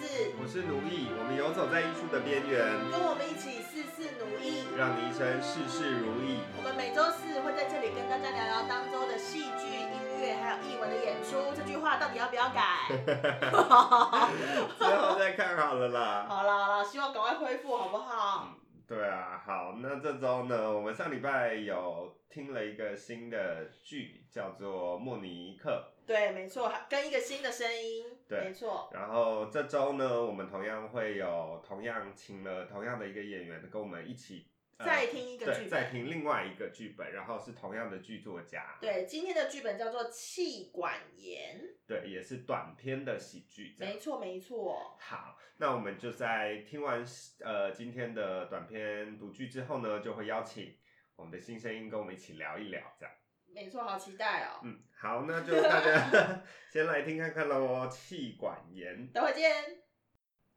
是奴役，我们游走在艺术的边缘，跟我们一起事事如意。让你一生事事如意。 我们每周四会在这里跟大家聊聊当周的戏剧、音乐还有艺文的演出。这句话到底要不要改？ 之后再看好了啦。好了好了，希望赶快恢复好不好？对啊，好，那这周呢，我们上礼拜有听了一个新的剧，叫做《莫尼克对，没错，还跟一个新的声音，对没》。错，然后这周呢，我们同样会有同样请了同样的一个演员跟我们一起、呃再听一个剧本对，再听另外一个剧本，然后是同样的剧作家，对，今天的剧本叫做《气管炎》，对，也是短篇的喜剧这样没。错没错，好，那我们就在听完呃今天的短篇读剧之后呢，就会邀请我们的新声音跟我们一起聊一聊，这样。没错，好期待哦！嗯，好，那就大 家先来听看看喽。气管炎，等会见，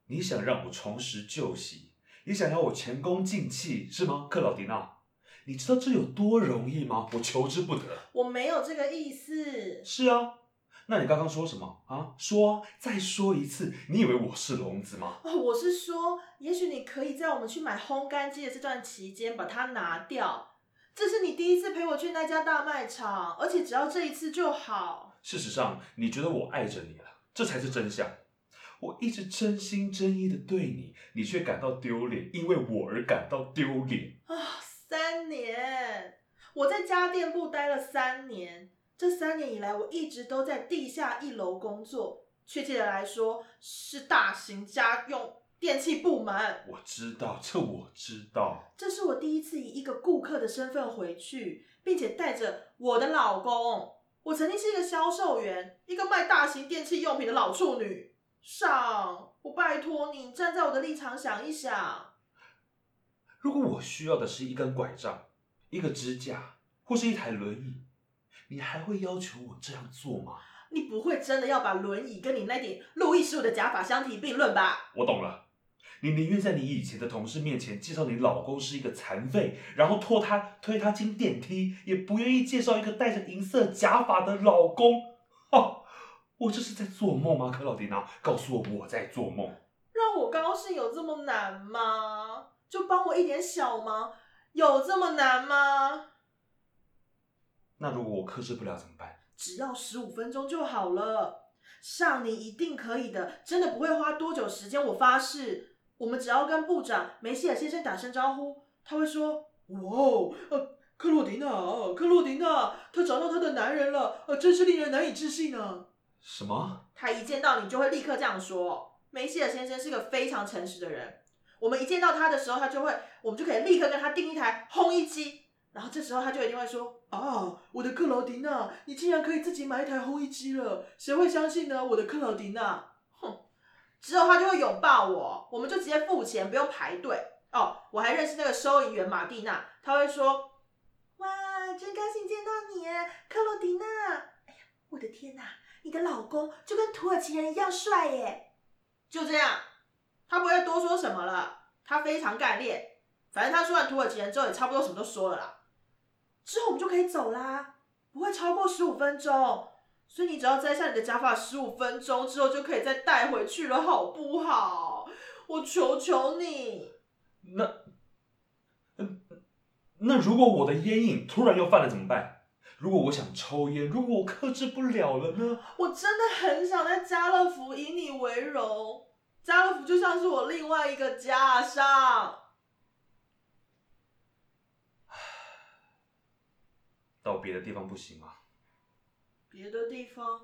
你想让我重拾旧习，你想要我前功尽弃，是吗，克劳迪娜？你知道这有多容易吗？我求之不得。我没有这个意思，是啊，那你刚刚说什么啊？说啊，再说一次，你以为我是聋子吗？哦，我是说，也许你可以在我们去买烘干机的这段期间把它拿掉。这是你第一次陪我去那家大卖场，而且只要这一次就好。事实上，你觉得我爱着你了，这才是真相。我一直真心真意的对你，你却感到丢脸，因为我而感到丢脸。啊、三年，我在家电部待了三年，这三年以来我一直都在地下一楼工作，确切的来说是大型家用电器部门。我知道，这我知道。这是我第一次以一个顾客的身份回去，并且带着我的老公。我曾经是一个销售员，一个卖大型电器用品的老处女。上，我拜托你站在我的立场想一想。如果我需要的是一根拐杖、一个支架或是一台轮椅，你还会要求我这样做吗？你不会真的要把轮椅跟你那顶路易十五的假发相提并论吧？我懂了，你宁愿在你以前的同事面前介绍你老公是一个残废，然后拖他推他进电梯，也不愿意介绍一个戴着银色假发的老公。哦，我这是在做梦吗？克劳迪娜，告诉我我在做梦。让我高兴有这么难吗？就帮我一点小忙，有这么难吗？那如果我克制不了怎么办？只要十五分钟就好了。上，你一定可以的，真的不会花多久时间，我发誓。我们只要跟部长梅西尔先生打声招呼，他会说：“哇哦，呃，克洛迪娜，呃克洛迪娜，她找到她的男人了，呃，真是令人难以置信啊呢、什么？他一见到你就会立刻这样说。梅西尔先生是个非常诚实的人，我们一见到他的时候，他就会，我们就可以立刻跟他订一台烘衣机。然后这时候他就一定会说：“啊，我的克劳迪娜，你竟然可以自己买一台烘衣机了，谁会相信呢？我的克劳迪娜，哼！”之后他就会拥抱我，我们就直接付钱，不用排队。哦，我还认识那个收银员马蒂娜，他会说：“哇，真高兴见到你耶，克劳迪娜！哎呀，我的天哪！”你的老公就跟土耳其人一样帅耶。就这样，他不会多说什么了，他非常干练。反正他说完土耳其人之后，也差不多什么都说了啦。之后我们就可以走啦，不会超过十五分钟。所以你只要摘下你的假发，十五分钟之后就可以再带回去了，好不好？我求求你，那，嗯那如果我的烟瘾突然又犯了怎么办？如果我想抽烟，如果我克制不了了呢？我真的很想在家乐福以你为荣。家乐福就像是我另外一个家上。到别的地方不行吗？别的地方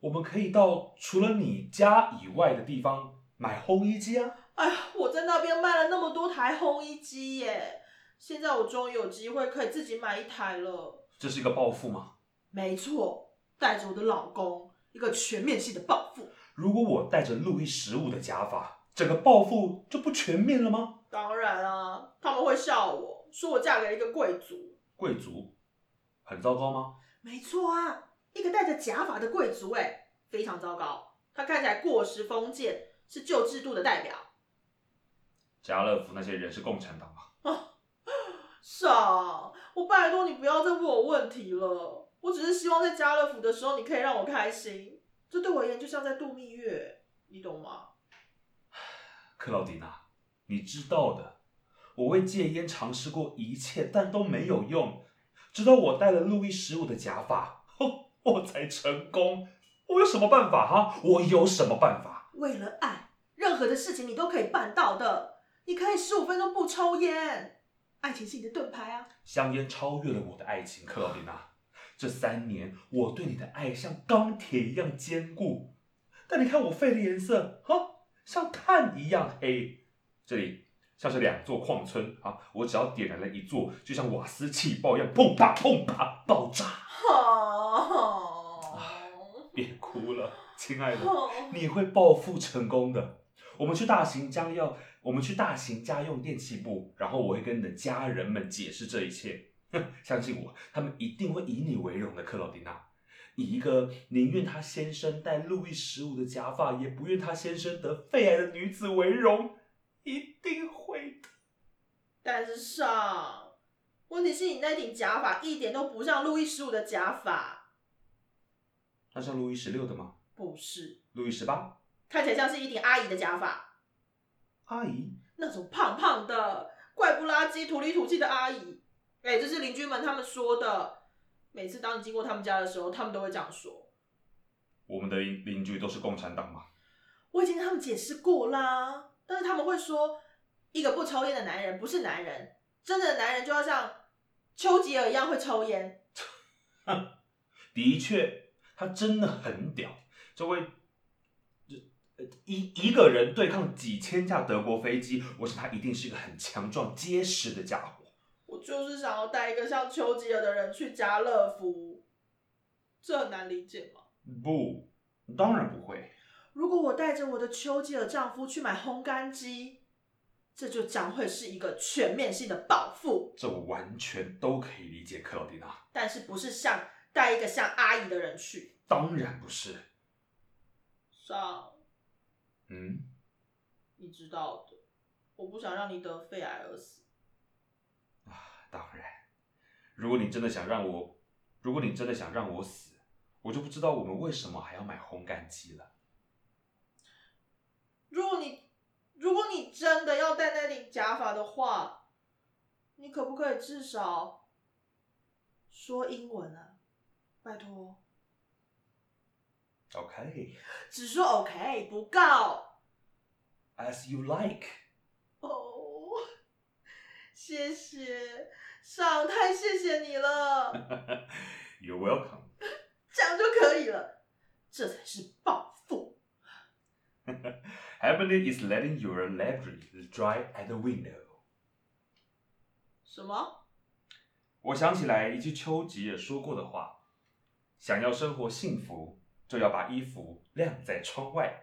我们可以到除了你家以外的地方买烘衣机啊。哎呀，我在那边卖了那么多台烘衣机耶，现在我终于有机会可以自己买一台了。这是一个报复吗？没错，带着我的老公，一个全面性的报复。如果我戴着路易十五的假发，整个报复就不全面了吗？当然啊，他们会笑我说我嫁给了一个贵族。贵族，很糟糕吗？没错啊，一个戴着假发的贵族，哎，非常糟糕。他看起来过时封建，是旧制度的代表。家乐福那些人是共产党吗？上，我拜托你不要再问我问题了。我只是希望在家乐福的时候，你可以让我开心。这对我而言就像在度蜜月，你懂吗？克劳迪娜，你知道的，我为戒烟尝试过一切，但都没有用。直到我戴了路易十五的假发，哼我才成功。我有什么办法哈、我有什么办法？为了爱，任何的事情你都可以办到的。你可以十五分钟不抽烟，爱情是你的盾牌 啊！香烟超越了我的爱情，克劳迪娜。这三年，我对你的爱像钢铁一样坚固，但你看我肺的颜色，哈，像炭一样黑。这里像是两座矿村啊，我只要点燃了一座，就像瓦斯气爆一样，砰啪砰啪爆炸。哦，别哭了，亲爱的，哎你会暴富成功的。我们去大型家要，我们去大型家用电器部，然后我会跟你的家人们解释这一切。 相信我，他们一定会以你为荣的，克劳迪娜。以一个宁愿她先生戴路易十五的假发，也不愿她先生得肺癌的女子为荣，一定会的。但是上，问题是你那顶假发一点都不像路易十五的假发，那像路易十六的吗？不是，路易十八？看起来像是一顶阿姨的假发，阿姨，那种胖胖的、怪不拉几、土里土气的阿姨。哎、这是邻居们他们说的。每次当你经过他们家的时候，他们都会这样说。我们的邻邻居都是共产党嘛？我已经跟他们解释过啦，但是他们会说，一个不抽烟的男人不是男人，真正的男人就要像丘吉尔一样会抽烟。的确，他真的很屌。这位，这呃一一个人对抗几千架德国飞机，我想他一定是一个很强壮、结实的家伙。我就是想要带一个像丘吉尔的人去家乐福，这很难理解吗？不，当然不会。如果我带着我的丘吉尔丈夫去买烘干机，这就将会是一个全面性的报复，这我完全都可以理解，克劳迪娜。但是不是像带一个像阿姨的人去？当然不是。上，嗯，你知道的，我不想让你得肺癌而死。当然。如果你真的想让我，如果你真的想让我死，我就不知道我们为什么还要买烘干机了。如果你如果你真的要戴那顶假发的话，你可不可以至少说英文啊？拜托， OK, 只说 OK 不够 as you like. 哦。谢谢，上太谢谢你了， You're welcome. 这样就可以了，这才是报复。 Happening is letting your library dry at the window。什么？我想起来一句丘吉尔说过的话：想要生活幸福，就要把衣服晾在窗外。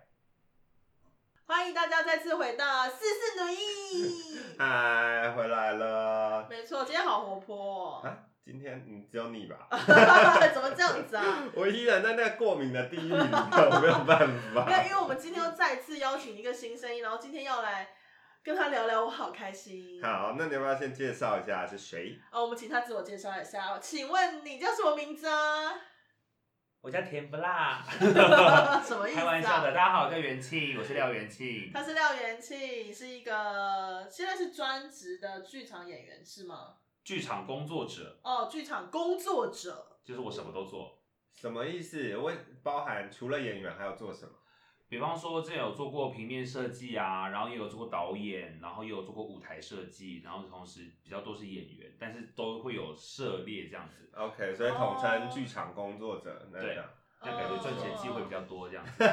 欢迎大家再次回到四四女一。嗨，哎回来了。没错，今天好活泼、哦，啊，今天嗯只有你吧？ 怎么这样子啊？我依然在那个过敏的地狱里 面，我没有办法。没有，因为我们今天又再次邀请一个新声音，然后今天要来跟他聊聊，我好开心。，好，那你要不要先介绍一下是谁？哦，我们请他自我介绍一下，哦请问你叫什么名字啊？ 我叫甜不辣，什么意 思啊开玩笑的，大家好，我叫元庆，我是廖元庆。他是廖元庆，是一个现在是专职的剧场演员是吗？剧场工作者，哦，剧场工作者。就是我什么都做。什么意思？我包含除了演员还有做什么？比方说，之前有做过平面设计啊，然后也有做过导演，然后也有做过舞台设计，然后同时比较多是演员，但是都会有涉猎这样子， OK，所以统称剧场工作者那对个。那感觉赚钱机会比较多这样哦子。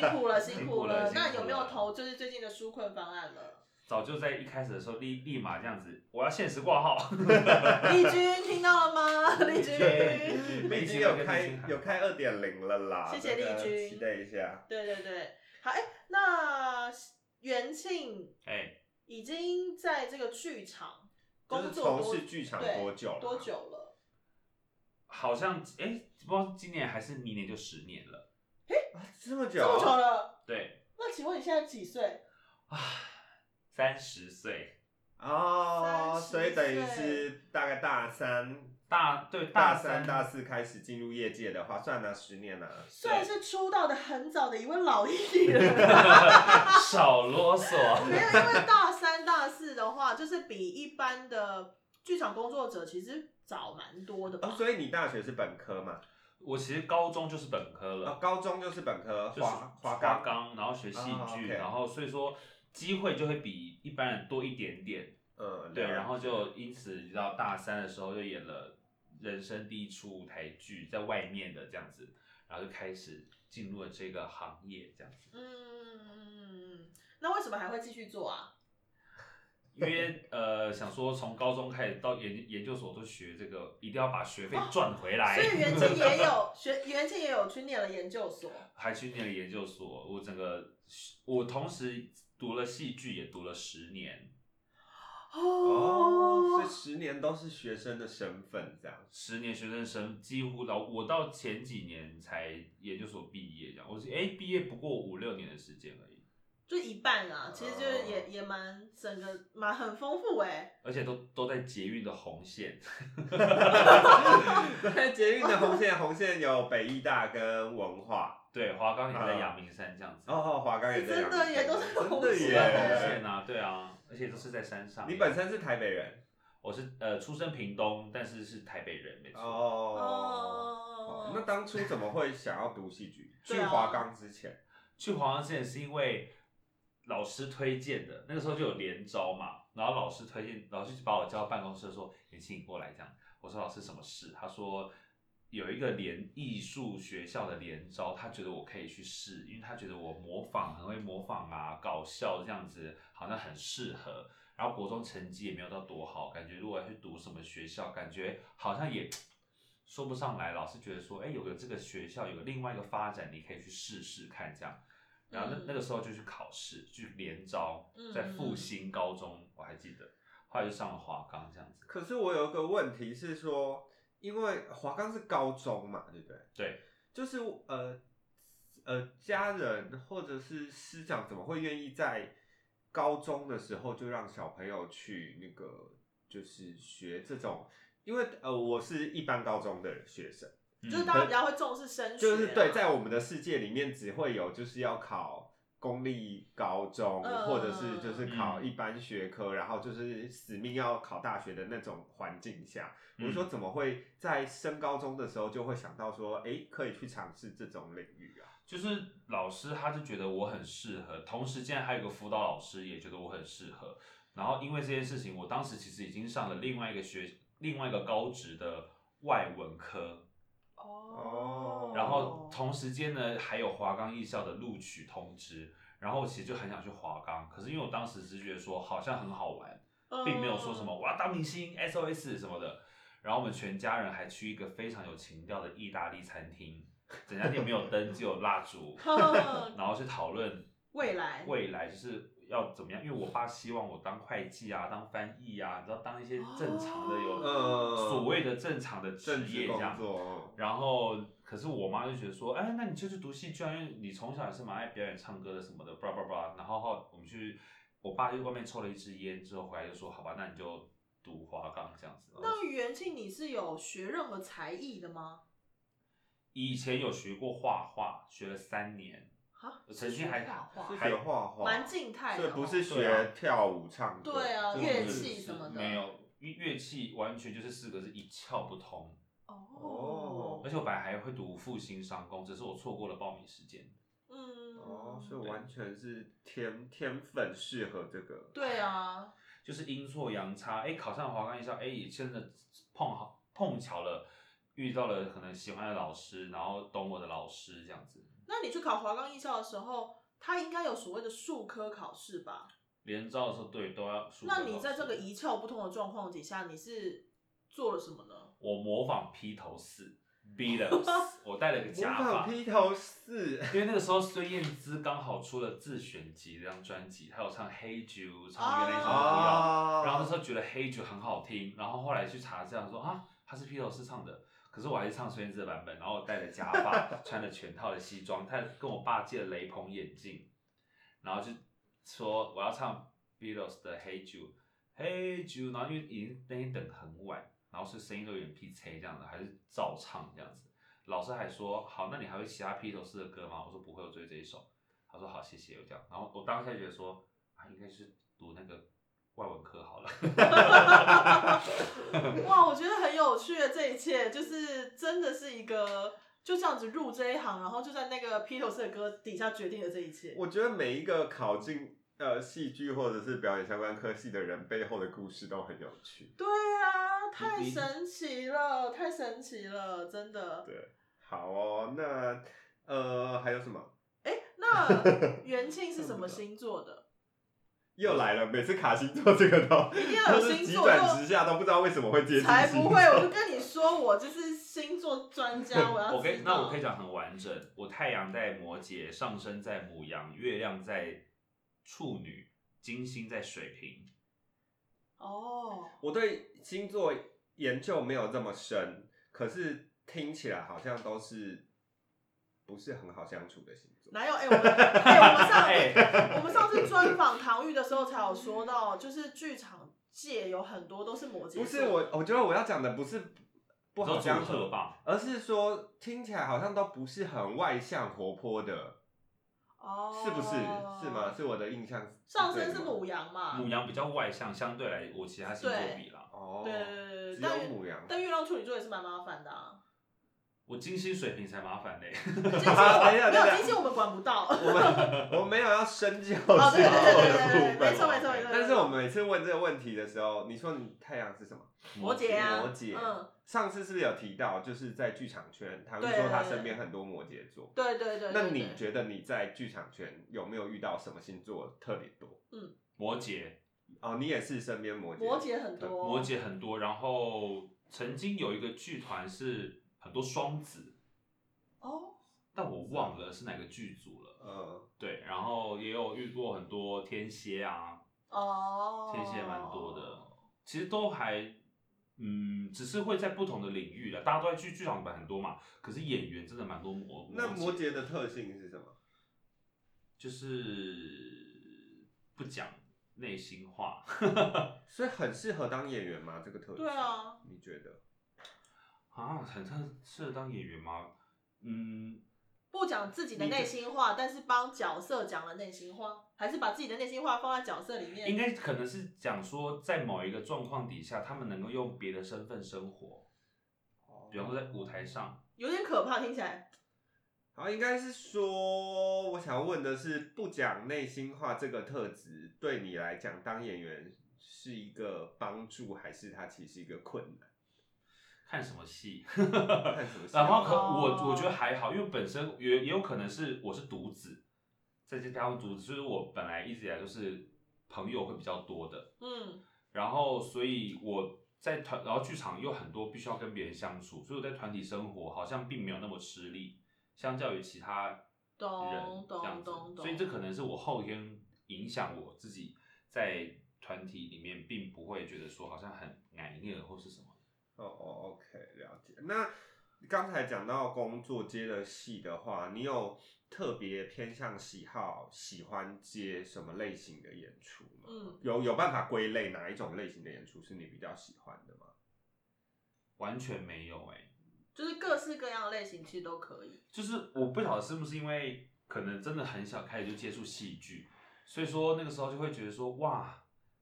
辛苦了，辛辛苦苦了了。辛苦那有没有了投就是最近的纾困方案了？早就在一开始的时候立立马这样子，我要限时挂号。丽君听到了吗？丽君， 对丽君有开有开二点零了啦，谢谢大家丽君期待一下。对对对，好，哎、那元庆哎，已经在这个剧场就工是作从多事剧场对多久？多？久了？好像哎，不知道今年还是明年就十年了。啊这么久？这么久了？对那请问你现在几岁？啊，三十岁。哦， 30所以等于岁是大概大三大对大三三、大四开始进入业界的话，算了十年了。算是出道的很早的一位老艺人。 少啰嗦，没有，因为大三、大四的话，就是比一般的剧场工作者其实早蛮多的吧。哦，所以你大学是本科嘛？我其实高中就是本科了，啊，高中就是本科，就是华华花冈。岗，然后学戏啊剧， ，OK 然后所以说机会就会比一般人多一点点。嗯，对，了解然后就因此你知道大三的时候就演了人生第一出舞台剧，在外面的这样子，然后就开始进入了这个行业这样子。嗯，那为什么还会继续做啊？因为呃，想说从高中开始到研研究所都学这个，一定要把学费赚回来。哦所以袁 静也有学，袁静也有去念了研究所。还去念了研究所，我整个我同时读了戏剧，也读了十年，哦，所以十年都是学生的身份这样。 十年学生生几乎到我到前几年才研究所毕业，这样我是哎毕业不过五六年的时间而已，就一半啊，其实就是也、哦也蛮整个蛮很丰富哎、而且都都在捷运的红线， 对，捷运的红线，红线有北医大跟文化，对，华冈也嗯在阳明山这样子，然后华冈也在阳明哎山，真的耶都是红线真的都在红耶线。啊，对啊，而且都是在山上。你本身是台北人我是呃出生屏东，但是是台北人，没错。哦。哦哦，那当初怎么会想要读戏剧？ 对去啊华冈之前，去华冈之前是因为老师推荐的，那个时候就有连招嘛，然后老师推荐，老师就把我叫到办公室说：“袁庆你过来。”这样，我说：“老师什么事？”他说：“有一个连艺术学校的连招，他觉得我可以去试，因为他觉得我模仿很会模仿啊，搞笑这样子好像很适合。”然后国中成绩也没有到多好，感觉如果要去读什么学校，感觉好像也说不上来。老师觉得说，哎，有个这个学校有个另外一个发展，你可以去试试看这样。然后那嗯那个时候就去考试，去联招嗯，在复兴高中，我还记得，后来就上了华冈这样子。可是我有一个问题是说，因为华冈是高中嘛，对不对？对，就是呃呃，家人或者是师长怎么会愿意在高中的时候就让小朋友去那个就是学这种？因为呃，我是一般高中的学生，嗯就是大家比较会重视升学、啊就是对，在我们的世界里面，只会有就是要考公立高中，嗯或者是就是考嗯一般学科，然后就是死命要考大学的那种环境下，嗯我是说怎么会在升高中的时候就会想到说，哎，可以去尝试这种领域啊？就是老师他就觉得我很适合，同时间还有个辅导老师也觉得我很适合。然后因为这件事情，我当时其实已经上了另外一个学另外一个高职的外文科，哦，然后同时间呢还有华冈艺校的录取通知。然后我其实就很想去华冈，可是因为我当时只是觉得说好像很好玩，哦嗯并没有说什 么我要当明星 SOS 什么的。然后我们全家人还去一个非常有情调的意大利餐厅，整家店没有灯，只有蜡烛。嗯然后去讨论未来未来就是要怎么样？因为我爸希望我当会计啊，当翻译啊，你知道，当一些正常的有呃，所谓的正常的职政业治这工样。作，然后，可是我妈就觉得说，哎，那你就去读戏剧啊，因为你从小也是蛮爱表演、唱歌的什么的，叭叭叭。然后后我们去，我爸就外面抽了一支烟，之后回来就说，好吧，那你就读华冈这样子。那元庆，你是有学任何才艺的吗？以前有学过画画，学了三年，啊，曾经呃还是学画画是，学画画，蛮静态的所哦，以不是对啊学跳舞、唱歌，对啊这种乐就是器什么的没有。乐乐器完全就是四个字一窍不通，哦而，且我本来还会读复兴商工，只是我错过了报名时间。嗯，哦，所以完全是天天分适合这个，对啊，就是阴错阳差，哎，考上华冈艺校，哎，也真的碰好碰巧了，遇到了可能喜欢的老师，然后懂我的老师这样子。那你去考华冈艺校的时候，它应该有所谓的术科考试吧？连招的时候，对，都要数。那你在这个一，窍不通的状况底下，你是做了什么 呢？我模仿披头士，逼 的，我戴了个模假仿发。披头 士，因为那个时候孙燕姿刚好出了自选集这张专辑，她有唱《Hey Jude》，唱原来一首哦《不要》，哦然后那时候觉得《Hey Jude》很好听，然后后来去查资料说啊，他是披头士唱的，可是我还是唱孙燕姿的版本，然后我戴着假发，穿着全套的西装，他跟我爸借了雷朋眼镜，然后就说我要唱 Beatles 的《Hey Jude》，《Hey Jude》，然后因为已经那天等很晚，然后是声音都有点 P C 这样的，还是照唱这样子。老师还说，好，那你还会其他披头士的歌吗？我说不会，我只会这一首。他说好，谢谢，我这样。然后我当下觉得说，啊，应该是读那个外文科好了。哇，我觉得很有趣，这一切就是真的是一个就这样子入这一行，然后就在那个披头士的歌底下决定了这一切。我觉得每一个考进呃戏剧或者是表演相关科系的人背后的故事都很有趣。对啊，太神奇了，太神奇了，真的。对，好哦，那呃还有什么？哎， 那元庆是什么星座的？又来了，每次卡星座这 个都一定要有都是星急座转又直下，都不知道为什么会接近才星不 会，座我就跟你说，我就是星座专家，我要知道。我可以，那我可以讲很完整。我太阳在摩羯，上升在母羊，月亮在处女，金星在水瓶。哦，我对星座研究没有这么深，可是听起来好像都是不是很好相处的星座。哪有？哎、我们哎、我 们上、哎我们上次专访唐玉的时候才有说到，就是剧场界有很多都是摩羯座。不是我，我觉得我要讲的不是不好相你说组合处，吧？而是说听起来好像都不是很外向活泼的，哦，是不是？是吗？？是我的印象。上身是对吗母羊嘛？母羊比较外向，相对来我其他星座比啦，哦，啊对对对对对，只但有母羊。但月亮处女座也是蛮麻烦的啊。我金星水瓶才麻烦 嘞。金星啊我等一下没有等一下金星我们管不到。我们我们没有要深究星座哦哦，对对对对的对对部对，没分错嘛，没错没错。但是我们每次问这个问题的时候，你说你太阳是什么？摩羯啊，摩羯嗯，上次是不是有提到，就是在剧场圈，他会对说他对对身边很多摩羯座。对对对。对那对你觉得你在剧场圈有没有遇到什么星座特别多？摩羯，哦，你也是身边摩羯。摩羯很多，摩羯很多。然后曾经有一个剧团是很多双子，哦，但我忘了是哪个剧组了。呃，对，然后也有遇过很多天蝎啊，哦，天蝎蛮多的，哦其实都还，嗯，只是会在不同的领域的，大家都在剧剧场版很多嘛，可是演员真的蛮多摩，那摩摩羯的特性是什么？就是不讲内心话，所以很适合当演员吗？这个特质？对啊，你觉得？啊，很特适合当演员吗？嗯，不讲自己的内心话，但是帮角色讲了内心话，还是把自己的内心话放在角色里面。应该可能是讲说，在某一个状况底下，他们能够用别的身份生活，比方哦说在舞台上，有点可怕，听起来。好，应该是说，我想问的是，不讲内心话这个特质对你来讲，当演员是一个帮助，还是它其实是一个困难？看什么戏。看什么戏啊？ 然后可哦我我觉得还好，因为本身也也有可能是我是独子，再加上独子，就是我本来一直以来都是朋友会比较多的，嗯，然后所以我在团，然后剧场又很多必须要跟别人相处，所以我在团体生活好像并没有那么吃力，相较于其他人懂这样懂子懂，懂。所以这可能是我后天影响我自己在团体里面，并不会觉得说好像很矮热或是什么。哦哦，OK，了解。那刚才讲到工作接的戏的话，你有特别偏向喜好，喜欢接什么类型的演出吗？嗯，有有办法归类哪一种类型的演出是你比较喜欢的吗？完全没有哎、就是各式各样的类型其实都可以。就是我不晓得是不是因为可能真的很小开始就接触戏剧，所以说那个时候就会觉得说哇，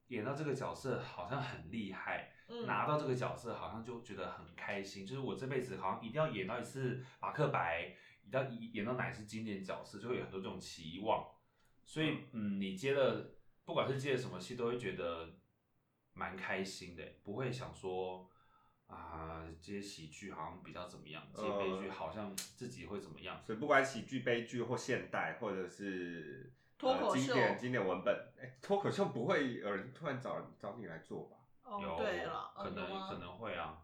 演到这个角色好像很厉害，嗯，拿到这个角色好像就觉得很开心，就是我这辈子好像一定要演到一次马克白，一定要演到哪一次经典角色，就会有很多这种期望。所以嗯，你接了不管是接了什么戏，都会觉得蛮开心的，不会想说。啊，接喜剧好像比较怎么样？接悲剧呃好像自己会怎么样？所以不管喜剧、悲剧或现代，或者是脱口秀呃、经典经典文本，哎、脱口秀不会有人突然找找你来做吧？哦有，对了，可嗯能、有吗可能会啊。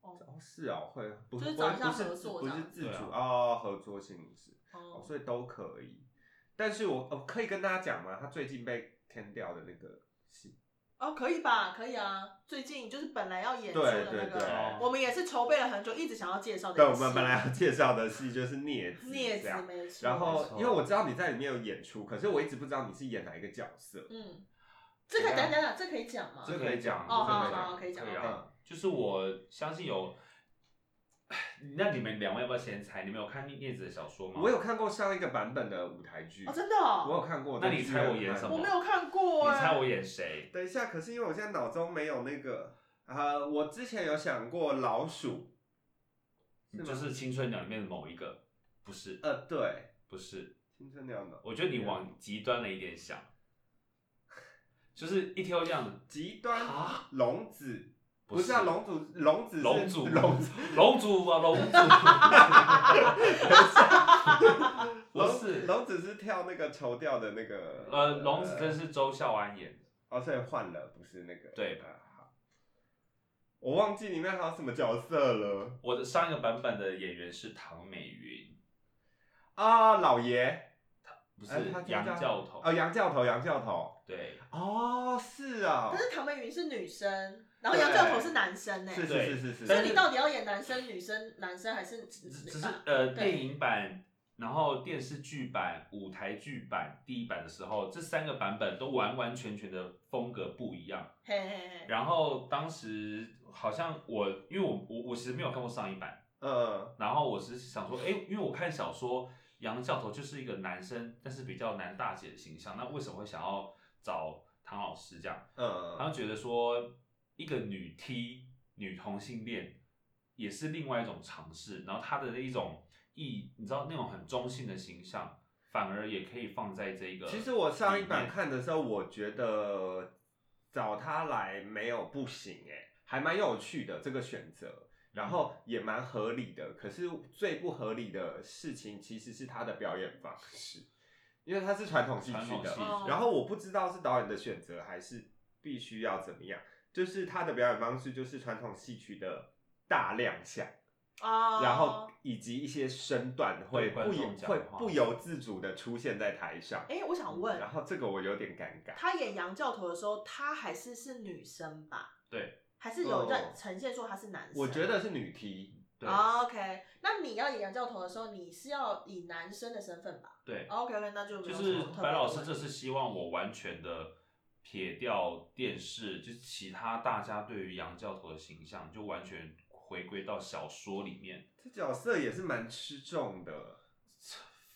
哦，是哦，会不就是是找不一下是合自作不这是样自对主啊哦，合作性质。哦，哦，所以都可以。但是我我可以跟大家讲吗？他最近被 can 掉的那个戏，哦，可以吧？可以啊。最近就是本来要演出对的对那对，哦个，我们也是筹备了很久，一直想要介绍的一对，个我戏。们本来要介绍的戏就是《孽子》，镊这子样。没错。然没后，错因为我知道你在里面有演出，可是我一直不知道你是演哪一个角色。嗯，这个怎样等等等，这可以讲吗？这可以讲，哦，这好可以讲好，可以讲可以。 OK 啊，就是我相信有。那你们两位要不要先猜？你们有看叶子的小说吗？我有看过上一个版本的舞台剧，哦，真的哦，我有看过。那但你是猜我没有演看什我么没有看过哎。你猜我演谁？等一下，可是因为我现在脑中没有那个啊、我之前有想过老鼠，是吗就是《青春鸟》里面的某一个，不是，呃，对，不是。青春鸟的，我觉得你往极端了一点想，就是一挑这样子极端啊，龙子，不不是是啊，龙子，龙子是，龙族，龙族子，，龙族 啊，龙族，不是，龙子是跳那个绸吊的那个，呃，龙子真是周孝安演的，哦，所以换了，不是那个，对呃好我忘记里面还有什么角色了我的上一个版本的演员是唐美云，啊，老爷，不哎是他真杨叫教头哦，，杨教头，杨教头，对，哦，是啊但，是唐美云是女生，然后对杨教头是男生呢，是对是是是所以是，你到底要演男生、女生、男生还是只只啊是呃电影版，然后电视剧版、舞台剧版、第一版的时候，这三个版本都完完全全的风格不一样。嘿嘿嘿，然后当时好像我，因为我我我其实没有看过上一版，嗯，然后我只是想说，哎，因为我看小说，杨教头就是一个男生，但是比较男大姐的形象，那为什么会想要找唐老师这样？嗯他觉得说，一个女 T 女同性恋也是另外一种尝试，然后她的那一种意，你知道那种很中性的形象，反而也可以放在这个。其实我上一版里面，看的时候，我觉得找他来没有不行哎、还蛮有趣的这个选择，然嗯后也蛮合理的。可是最不合理的事情其实是他的表演方式，因为他是传统戏传剧统的戏，哦然后我不知道是导演的选择还是必须要怎么样，就是他的表演方式就是传统戏曲的大亮相。哦，然后以及一些身段会对观不由众讲会话不由自主的出现在台上，哎，我想问，嗯然后这个我有点尴尬。他演杨教头的时候，他还是是女生吧？对，还是有在哦呈现说他是男生。我觉得是女 T，对、 o k 那你要演杨教头的时候，你是要以男生的身份吧对， ？OK OK，那就没哦就有什是么特别的白老师，问这题是希望我完全的撇掉电视，就是其他大家对于杨教头的形象，就完全回归到小说里面。这角色也是蛮吃重的，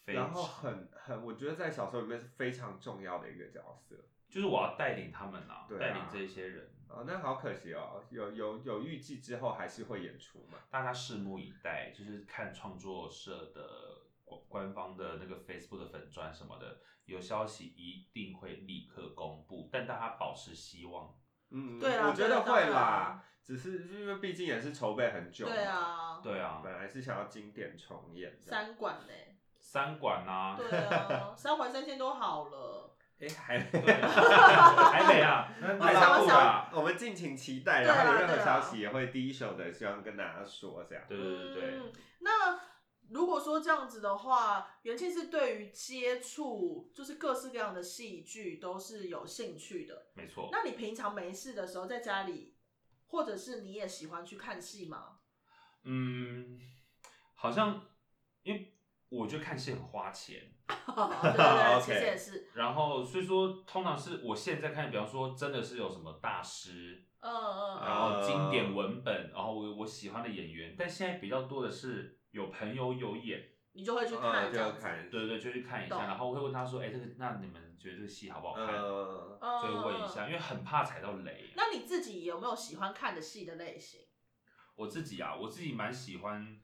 非然后常很很，我觉得在小说里面是非常重要的一个角色就是我要带领他们啊，对啊带领这些人，啊、哦那好可惜哦，有有有预计之后还是会演出嘛？大家拭目以待，就是看创作社的官官方的那个 Facebook 的粉砖什么的，有消息一定会立刻公布，但大家保持希望。嗯，对啊我觉对得啊当会然啦啊，只是因为毕竟也是筹备很久，对，啊，对啊，本来是想要经典重演的，三馆呢、三管啊，对啊， 三环三千都好了。哎 还没。对啊还没啊，太太想想上不步想了了，。我们敬请期待，对啊然后有任何对啊消息也会第一手的，希望跟大家说这样。对对对对嗯，那如果说这样子的话，元庆是对于接触就是各式各样的戏剧都是有兴趣的。没错。那你平常没事的时候，在家里，或者是你也喜欢去看戏 吗？嗯，好像因为我觉得看戏很花钱，对哦对对， OK 其实也是，然后所以说通常是我现在看，比方说真的是有什么大师，嗯嗯然嗯，后经典文本，然后我我喜欢的演员，但现在比较多的是有朋友有演，你就会去看嗯，这就要样子。看，对对，就去看一懂下，然后会问他说，哎，这个那你们觉得这个戏好不好看？嗯，嗯，就会问一下，嗯。嗯因为很怕踩到雷。那你自己有没有喜欢看的戏的类型？我自己啊，我自己蛮喜欢，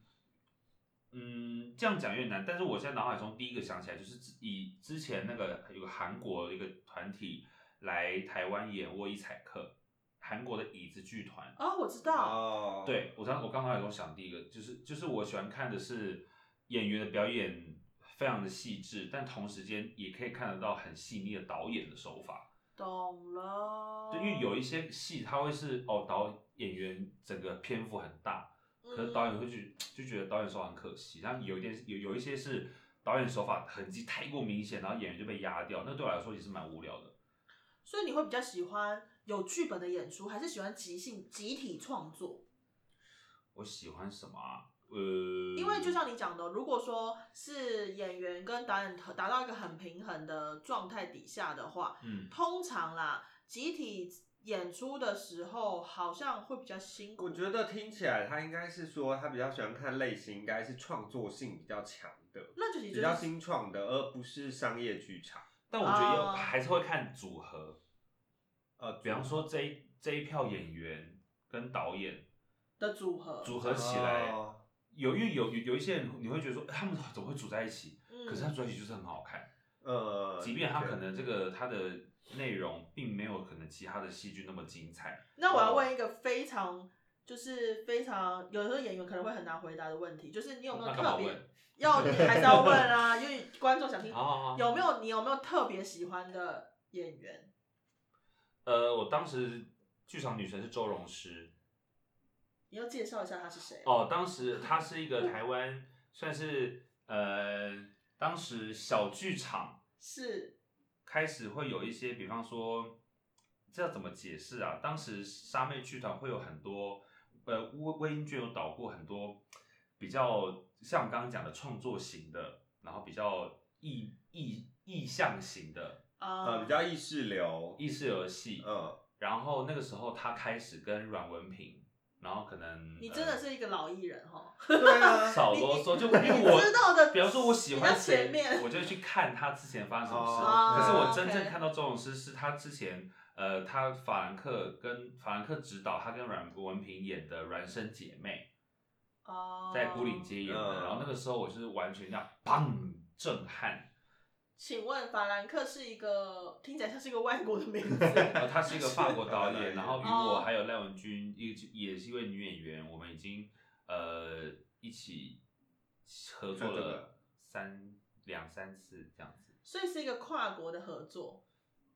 嗯，这样讲越难，但是我现在脑海中第一个想起来就是之以之前那个有个韩国一个团体来台湾演沃伊采克，韩国的椅子剧团，哦，我知道，哦，对我刚我刚才有想第一个就是就是我喜欢看的是演员的表演非常的细致，但同时间也可以看得到很细腻的导演的手法。懂了。对，因为有一些戏它会是哦导演员整个篇幅很大，可是导嗯演会去就觉得导演手法很可惜，然后有一点有有一些是导演手法痕迹太过明显，然后演员就被压掉，那对我来说也是蛮无聊的。所以你会比较喜欢有剧本的演出，还是喜欢即兴集体创作？我喜欢什么啊？呃，因为就像你讲的，如果说是演员跟导演达到一个很平衡的状态底下的话，嗯通常啦，集体演出的时候好像会比较辛嗯苦。我觉得听起来他应该是说他比较喜欢看类型，应该是创作性比较强的，那就比是较新创的，而不是商业剧场。但我觉得有哦还是会看组合，呃，比方说这一这一票演员跟导演的组合，组合起来，哦有因为有有有一些人你会觉得说哎他们怎么会组在一起？嗯可是他们组在一起就是很好看，呃，即便他可能这个他的内容并没有可能其他的戏剧那么精彩，那我要问一个非常就是非常有时候演员可能会很难回答的问题，就是你有没有那干嘛特别问啊要你还是要问 啊？因为观众想听好好好有没有你有没有特别喜欢的演员？呃，我当时剧场女神是周荣诗，你要介绍一下他是谁？啊哦，当时她是一个台湾，算是呃，当时小剧场是开始会有一些，比方说，这要怎么解释啊？当时沙妹剧团会有很多，呃，魏魏英俊有导过很多比较像我刚刚讲的创作型的，然后比较意意意向型的啊呃比较意识流，意识游戏。 嗯，然后那个时候她开始跟阮文平，然后可能你真的呃是一个老艺人哈，对啊，少啰嗦，就因为你我知道的比方说我喜欢谁比较前面，我就去看他之前发生什么事。哦可是我哦真正 OK 看到周泳诗是他之前，呃，他法兰克跟法兰克指导他跟阮文平演的《孪生姐妹哦》，在孤岭。街演的。嗯然后那个时候我就是完全这样，砰，震撼。请问法兰克是一个听起来像是一个外国的名字， 然哦后他是一个法国导 演，是然后与我哦还有赖文君，一也是一位女演员，我们已经呃一起合作看这了个三两三次这样子。所以是一个跨国的合作。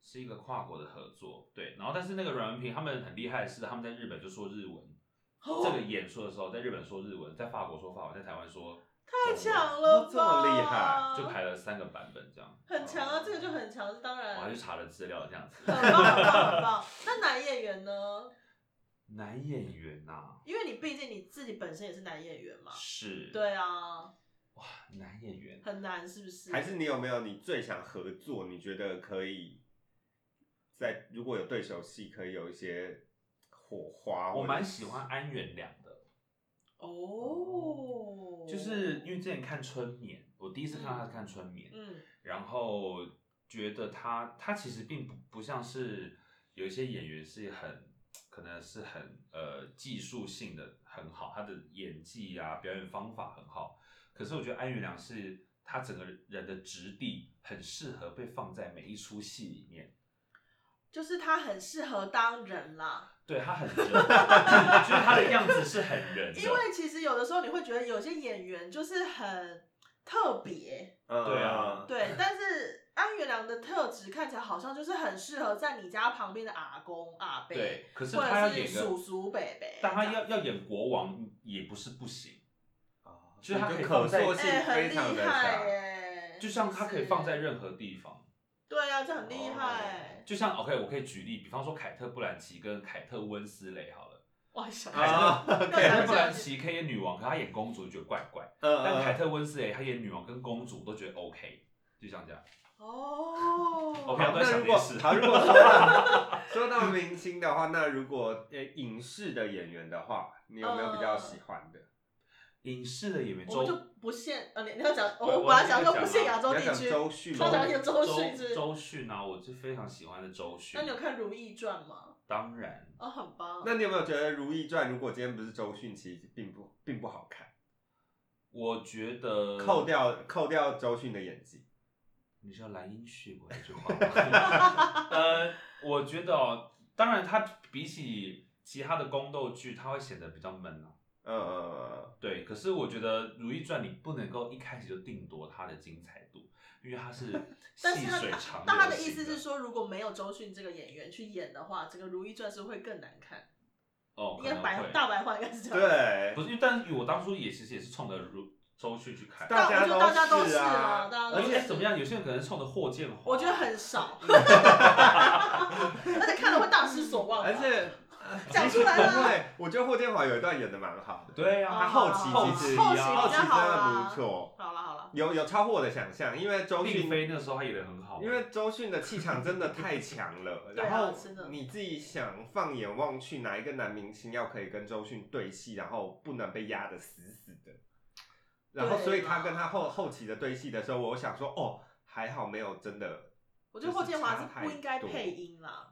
是一个跨国的合作，对。然后，但是那个阮文平他们很厉害的是，他们在日本就说日文，哦这个演出的时候在日本说日文，在法国说法文，在台湾说太中文强了吧，这么厉害就排了三个版本这样。哦嗯很强啊，这个就很强，当然我还去很查了资料，这样子。棒很棒很棒。那男演员呢？男演员呐、因为你毕竟你自己本身也是男演员嘛，是，，对啊，哇，男演员，很难是不是？还是你有没有你最想合作？你觉得可以在如果有对手戏，可以有一些火花？我或者蛮喜欢安远良的，哦，就是因为之前看《春眠》，我第一次看到他是看《春眠》，嗯然后觉得他他其实并不不像是有一些演员是很可能是很呃技术性的很好，他的演技啊表演方法很好，可是我觉得安元良是他整个人的质地很适合被放在每一出戏里面。就是他很适合当人啦，对他很人， 就是他的样子是很人的，因为其实有的时候你会觉得有些演员就是很特别，嗯对啊 对，但是安元良的特质看起来好像就是很适合在你家旁边的阿公阿伯，对，可是或他要者是演个叔叔伯伯，但他这样要要演国王也不是不行，哦就是他可以就放可在塑性哎、非很常厉的害强。耶，啊就像他可以放在嗯是任何地方。对啊，这很厉害。就像 OK，我可以举例，比方说凯特·布兰奇跟凯特·温斯雷 好 了。哇，想凯啊特、对凯特对·布兰对呃奇可以演女王，可她演公主就觉得怪怪。嗯但凯特·温斯雷她演女王跟公主都觉得 OK，就像这样。哦 OK 啊好都在那想如果电视好，如果说 到说到明星的话，那如果呃影视的演员的话，你有没有比哦较喜欢的？影视的演员我们就周不限呃，你你要讲，我我我本来想说要不限亚洲你要地讲区，周迅他想演周迅是不周是周迅啊，我是非常喜欢的周迅那。你有看《如懿传》吗？当然，哦，很棒。那你有没有觉得《如懿传》如果今天不是周迅，其实并不并不好看？我觉嗯得扣掉扣掉周迅的演技，你知道蓝音去过这句话吗？ 呃，我觉得哦，当然它比起其他的宫斗剧，它会显得比较闷啊。嗯嗯嗯对，可是我觉得《如懿传》你不能够一开始就定夺它的精彩度，因为它是 但细是他水长流型但他的意思是，说，如果没有周迅这个演员去演的话，整个《如懿传》是会更难看。哦，应该可能白会大白话应该是这啊嗯，样。对不，是，因为但是我当初也其实也是冲着如周迅去看，大但我觉得大家家都都是是啊啊，大家而都且是。怎么样，有些人可能是冲着霍建华，我觉得很少，而且看了会大失所望吧。而且啊 讲出来 不了。会，我觉得霍建华有一段演的蛮好的，对他啊，后期其实哦后期比后期较真好的啦不错，好了好了，有有超乎我的想象，因为周并迅非那时候他演的很好，因为周迅的气场真的太强了， 对啊然后真的你自己想放眼望去，哪一个男明星要可以跟周迅对戏，然后不能被压得死死的？然后，对啊所以他嘛跟他后后期的对戏的时候，我想说，哦，还好没有真的我觉得霍建华是就是差太不应该多配音啦。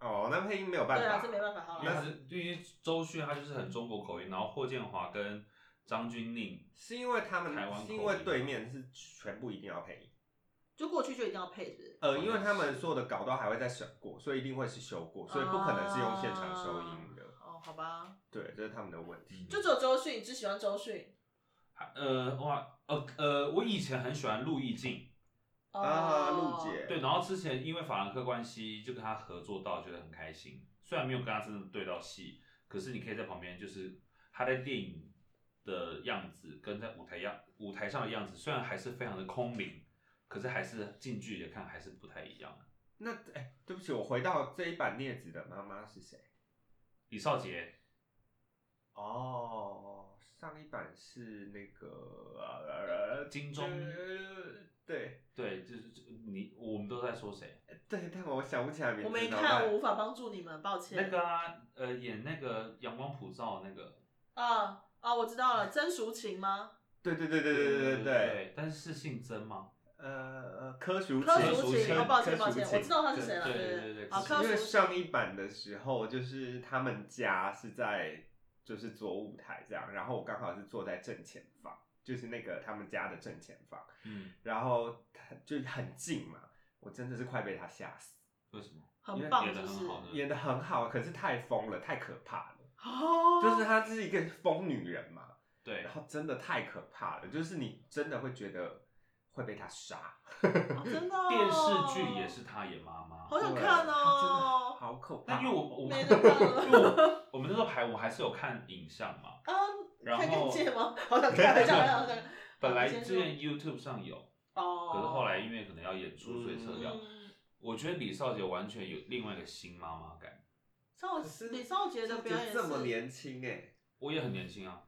哦，那配音没有办对啊，法这，没办法，好因为了他。是因为周迅他就是很中国口音，然后霍建华跟张钧甯是因为他台湾们口音是因为对面是全部一定要配音，就过去就一定要配，是不是？呃，因为他们所有的稿都还会再审过，所以一定会是修过，所以不可能是用现场收音的，哦，好吧，对，这是他们的问题。就只有周迅，你只喜欢周迅呃哇呃呃，我以前很喜欢陆毅静，啊，陆姐，对，然后之前因为法兰克关系就跟他合作到，觉得很开心。虽然没有跟他真的对到戏，可是你可以在旁边，就是他在电影的样子跟在舞台样舞台上的样子，虽然还是非常的空灵，可是还是近距离的看还是不太一样的。那哎、对不起，我回到这一版镊子的妈妈是谁？李少杰，哦，上一版是那个呃金钟呃对对，就是就你我们都在说谁？对，但我想不起来名字。哦我没怎么办看，我无法帮助你们，抱歉。那个啊，呃，演那个阳光普照那个，啊啊，我知道了，曾淑琴吗？对对对对对对对对，对，但是是姓曾吗？呃呃，柯淑柯琴淑琴，柯哦，抱歉柯抱淑歉，琴我知道她是谁了，对对对对对好，柯柯因为淑上琴，一版的时候，就是他们家是在就是左舞台这样，然后我刚好是坐在正前方，就是那个他们家的正前方，嗯，然后他就很近嘛，我真的是快被他吓死。为什么？很棒，演就的是很好的，演的很好，可是太疯了，太可怕了。哦，就是她是一个疯女人嘛，对然，后真的太可怕了，就是你真的会觉得会被她杀。哦真的哦电视剧也是，他演妈妈。好想对看她真的哦。好可怕。但因为我我没因得看了为我我们那时候排我还是有看影像嘛，啊，然看后越界吗？好想看，好想看，好想 看。本好来你先之说前 YouTube 上有，哦，可是后来因为可能要演出所以撤掉。嗯我觉得李少杰完全有另外一个新妈妈感，邵可哦是李少杰的表演是这么年轻哎、我也很年轻啊，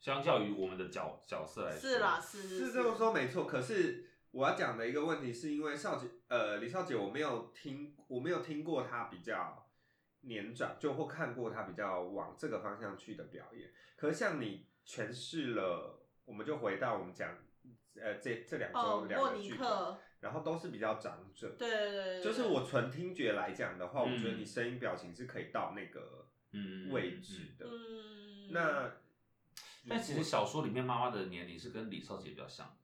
相较于我们的角角色来说，是啦，，是是是这么说没错。可是我要讲的一个问题，是因为少杰呃李少杰，我没有听我没有听过他比较年长，就或看过他比较往这个方向去的表演。可是像你诠释了，我们就回到我们讲呃这这两周哦，两莫个尼剧本，克，然后都是比较长者，对对对对，对就是我纯听觉来讲的话，我嗯觉得你声音表情是可以到那个嗯位置的。嗯，那但其实小说里面妈妈的年龄是跟李少杰比较像，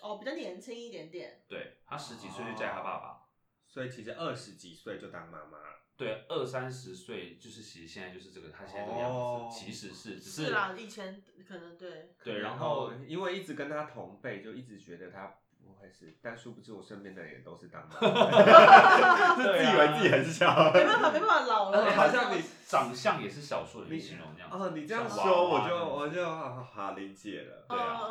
哦比较年轻一点点，对他十几岁就嫁他爸哦爸，所以其实二十几岁就当妈妈了。对，二三十岁就是其实现在就是这个他现在这个样子，哦其实是只是啦，以前可能对，对，然后因为一直跟他同辈，就一直觉得他不会是，但殊不知我身边的人也都是当妈 妈，就啊自以为自己很小。没办法没办法老了，哎好像你 长相也是小说里面形容那样子哦，你这样像娃说娃我那样就子我就好好理解了。对啊啊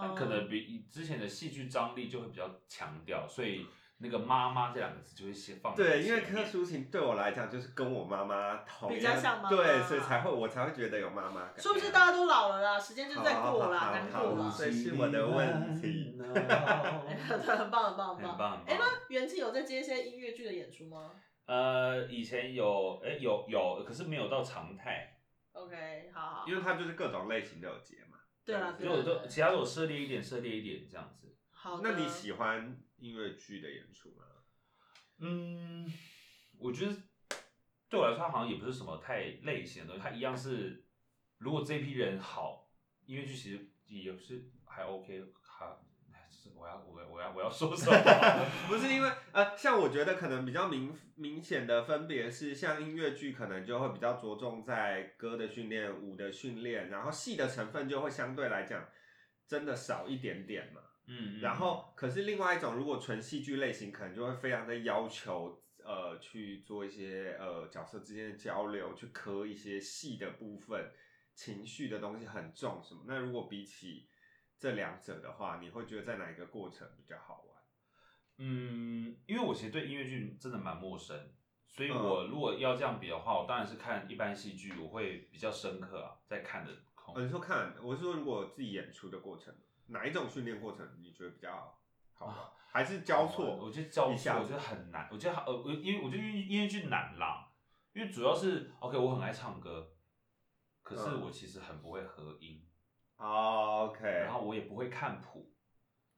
但可能比以之前的戏剧张力就会比较强调，所以那个“妈妈”这两个字就会先放在对，因为前柯面抒情对我来讲就是跟我妈妈同比样较像妈妈对，所以才会我才会觉得有妈妈感。是不是大家都老了啦，时间就在过啦，好好好难好过啦。所以是我的问题哎很棒，很棒， 棒！很棒，很哎，棒。那元庆有在接一些音乐剧的演出吗呃，以前有，哎，有有，可是没有到常态， ？OK，好好，因为他就是各种类型都有接嘛。对啦，对就我啦对都啦其他都有涉猎一点，涉猎一点这样子。好的。那你喜欢音乐剧的演出吗？嗯，我觉得对我来说，它好像也不是什么太类型的东西，它一样是，如果这批人好，音乐剧其实也是还 OK，还。哎是我要我要我要我要说什么？嗯不是因为呃，像我觉得可能比较明明显的分别是，像音乐剧可能就会比较着重在歌的训练、舞的训练，然后戏的成分就会相对来讲真的少一点点嘛。 嗯，嗯然后，可是另外一种如果纯戏剧类型，可能就会非常的要求呃去做一些呃角色之间的交流，去磕一些戏的部分、情绪的东西很重什么。那如果比起这两者的话，你会觉得在哪一个过程比较好玩？嗯，因为我其实对音乐剧真的蛮陌生，所以我如果要这样比的话，我当然是看一般戏剧，我会比较深刻啊，在看的空哦，你说看，我是说如果自己演出的过程，哪一种训练过程你觉得比较好玩？还是交错？啊哦我觉得交一下错，我觉得很难，我觉得呃，我因为我觉得音音乐剧难啦，因为主要是 OK，我很爱唱歌，可是嗯我其实很不会合音，哦，OK，然后我也不会看谱，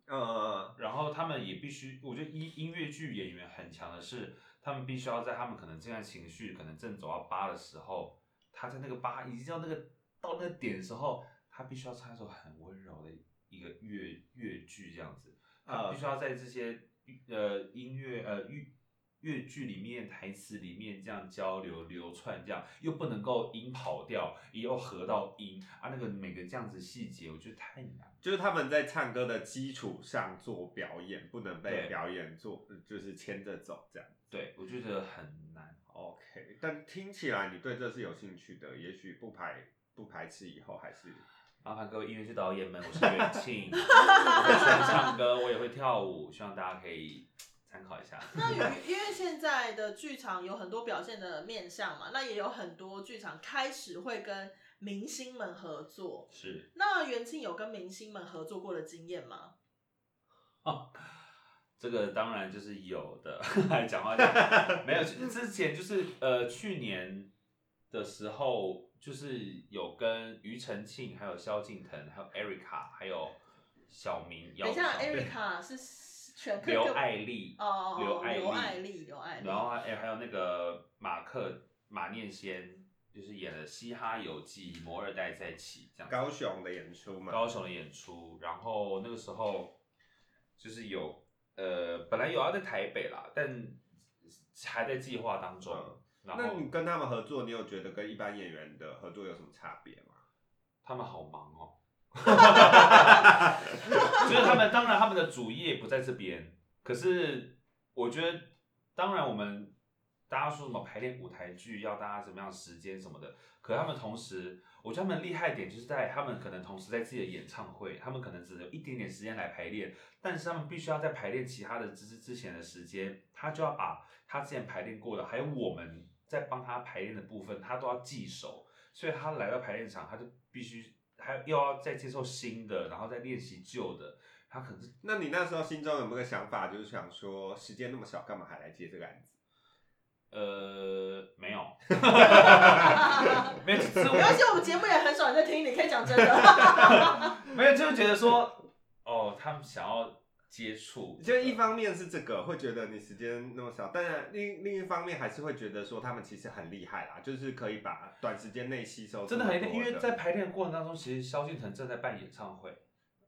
嗯嗯然后他们也必须，我觉得音音乐剧演员很强的是，他们必须要在他们可能现在情绪可能正走到八的时候，他在那个八已经到那个到那个点的时候，他必须要唱一首很温柔的一个乐乐剧这样子，他啊必须要在这些呃音乐呃乐乐剧里面台词里面这样交流流窜，这样又不能够音跑掉，也要合到音啊，那个每个这样子细节，我觉得太难了。就是他们在唱歌的基础上做表演，不能被对表演做就是牵着走这样。对，我觉得很难。 OK，但听起来你对这是有兴趣的，也许不排不排斥以后还 是麻烦各位音乐剧导演们，我是袁庆，我 也喜欢唱歌，我也会跳舞，希望大家可以参考一下。 那与因为现在的剧场有很多表现的面向嘛，那也有很多剧场开始会跟明星们合作。是那袁庆有跟明星们合作过的经验吗？这个当然就是有的， 讲话讲没有之前就是呃去年的时候，就是有跟庾澄庆、还有萧敬腾、还有 Erica、还有小明邀等一请，下，Erica 是全科刘爱丽哦，刘爱丽刘爱丽，刘爱丽，然后还还有那个马克马念先，就是演了《嘻哈游记》《摩二代在一起》这样子高雄的演出嘛。高雄的演出，然后那个时候就是有呃本来有要在台北啦，但还在计划当中。嗯然那后你跟他们合作，你有觉得跟一般演员的合作有什么差别 吗？ 他们好忙哦， 就是他们当然他们的主业不在这边，可是我觉得当然我们大家说什么排练舞台剧要大家怎么样时间什么的，可他们同时我觉得他们厉害点就是在他们可能同时在自己的演唱会，他们可能只有一点点时间来排练，但是他们必须要在排练其他的之之前的时间，他就要把他之前排练过的，还有我们在帮他排练的部分，他都要记熟。所以他来到排练场，他就必须还又要再接受新的，然后再练习旧的。他可能是那你那时候心中有没有个想法，就是想说时间那么少，干嘛还来接这个案子？呃没有， 没有，就是 没关系我，我们节目也很少人在听，你可以讲真 的。没有，就是觉得说哦，他们想要接触，就一方面是这个，会觉得你时间那么少，当然另另一方面还是会觉得说他们其实很厉害啦，就是可以把短时间内吸收这真的么多很厉害，因为在排练的过程当中，其实萧敬腾正在办演唱会，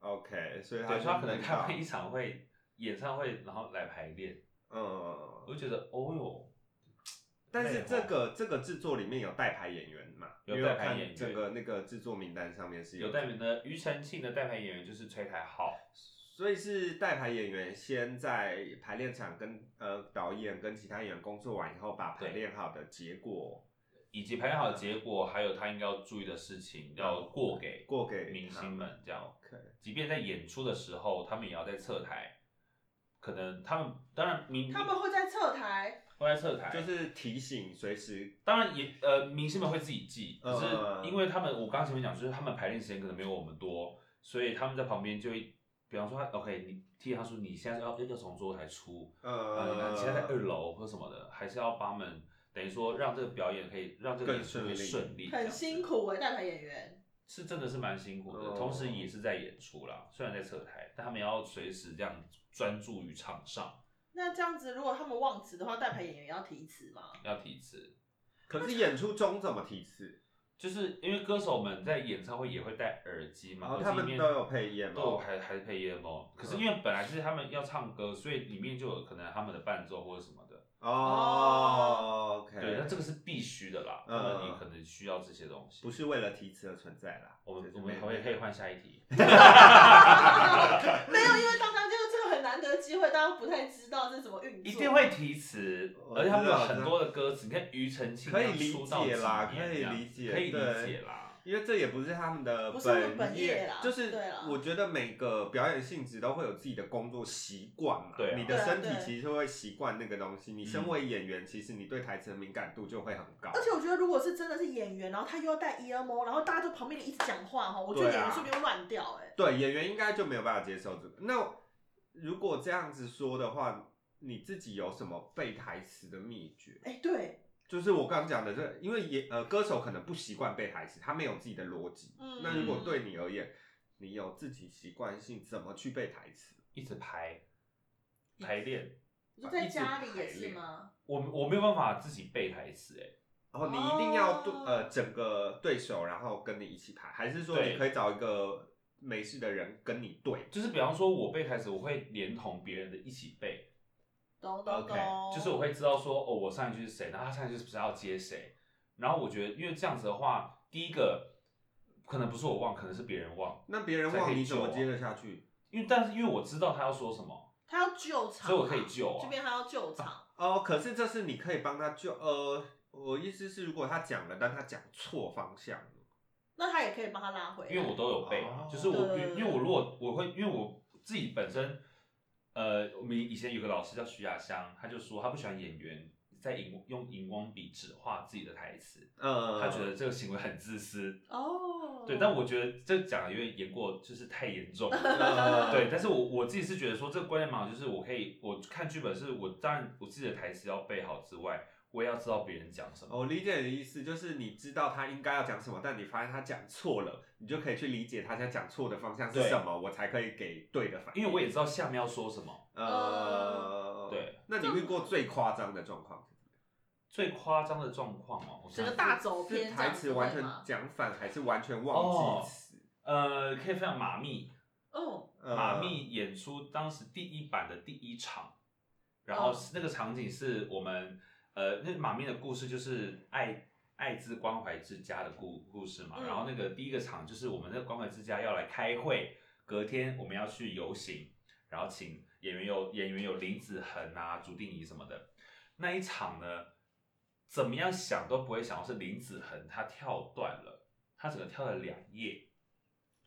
OK，所以对，他所以他可能就看知完道一场会演唱会，然后来排练，嗯，我就觉得哦哟，但是累哦这个这个制作里面有代排演员嘛？有因为代我排看演员这个那个制作名单上面是有代表的庾澄庆的代排演员就是崔台浩，所以是代排演员先在排练场跟呃导演跟其他演员工作完以后，把排对练好的结果以及排练好的结果，还有他应该要注意的事情，要过给过嗯给明他星们这样。 OK，即便在演出的时候，他们也要在侧台，可能他们当然明他们会在侧台，会在侧台，就是提醒随时当然也呃明星们会自己记，嗯可是因为他们我刚刚前面讲，就是他们排练时间可能没有我们多，所以他们在旁边就会，比方说他 OK，你替他说你现在要要从桌台出，呃，呃，你现在在二楼或什么的，还是要帮他们等于说让这个表演可以让这个更演出可顺以利顺利，这样很子辛苦哎，代排演员。是真的是蛮辛苦的，哦同时也是在演出啦，虽然在侧台，但他们也要随时这样专注于场上，那这样子，如果他们忘词的话，代排演员要提词 吗？ 要提词。可是演出中怎么提示？就是因为歌手们在演唱会也会戴耳机嘛，哦耳机他们嗯里面都有配 EMO 都有还还是配 EMO。可是因为本来就是他们要唱歌，所以里面就有可能他们的伴奏或者什么的。哦，OK，对，那这个是必须的啦，嗯那么你可能需要这些东西。不是为了提词而存在啦。我们就是我们还会可以换下一题。没有，因为大家就是这个很难得的机会，大家不太知道这怎么运作。一定会提词，我而且他们有知道很多的歌词。你看庾澄庆可以要出道理解啦几年可以这样理解可以理对解啦。因为这也不是他们的不是他们本业，业啦就是对啦我觉得每个表演性质都会有自己的工作习惯嘛。对啊嗯你的对啊身体对其实会习惯那个东西。你身为演员，其实你对台词的敏感度就会很高。而且我觉得，如果是真的是演员，然后他又要戴 EMO，然后大家就旁边的一直讲话哈，我觉得对演啊员说不定会乱掉哎、对演员应该就没有办法接受这个。那如果这样子说的话，你自己有什么背台词的秘诀？哎、对，就是我刚刚讲的这，因为演呃歌手可能不习惯背台词，他没有自己的逻辑。嗯那如果对你而言，你有自己习惯性怎么去背台词？一直排排练，你啊说在家里也是吗？我我没有办法自己背台词哎、然后你一定要对、哦呃整个对手，然后跟你一起排，还是说对你可以找一个没事的人跟你对？就是比方说我背台词，我会连同别人的一起背，懂懂 OK，懂，就是我会知道说，哦，我上一句是谁，然后他上一句是不是要接谁？然后我觉得，因为这样子的话，第一个可能不是我忘，可能是别人忘，那别人才可忘以你怎么救啊接得下去？因为但是因为我知道他要说什么，他要救场啊，所以我可以救啊这边他要 救场，哦，可是这是你可以帮他救。呃，我意思是，如果他讲了，但他讲错方向了，那他也可以帮他拉回来。因为我都有背嘛，哦就是我对因为因为我如果我会因为我自己本身，呃，我们以前有个老师叫徐雅香，他就说他不喜欢演员在荧用荧光笔只画自己的台词，呃，嗯他觉得这个行为很自私。哦，对，但我觉得这讲的有点言过，就是太严重了。 呃 对，但是我我自己是觉得说，这个观念蛮好，就是我可以，我看剧本是我当然我自己的台词要背好之外，我也要知道别人讲什么。我理解你的意思，就是你知道他应该要讲什么，但你发现他讲错了，你就可以去理解他在讲错的方向是对什么，我才可以给对的反应。因为我也知道下面要说什么。呃，对，那你遇过最夸张的状况是什么？最夸张的状况哦，我整个想大是走偏是这台样词子完会全吗？讲反，还是完全哦忘记词？呃，可以分享马密，哦，呃马密演出当时第一版的第一场，然后哦是那个场景是我们呃，那马密的故事就是爱爱之关怀之家的故故事嘛，嗯然后那个第一个场就是我们那个关怀之家要来开会，隔天我们要去游行，然后请演员有演员有林子恒啊、朱定仪什么的，那一场呢，怎么样想都不会想到是林子恒他跳断了，他整个跳了两页。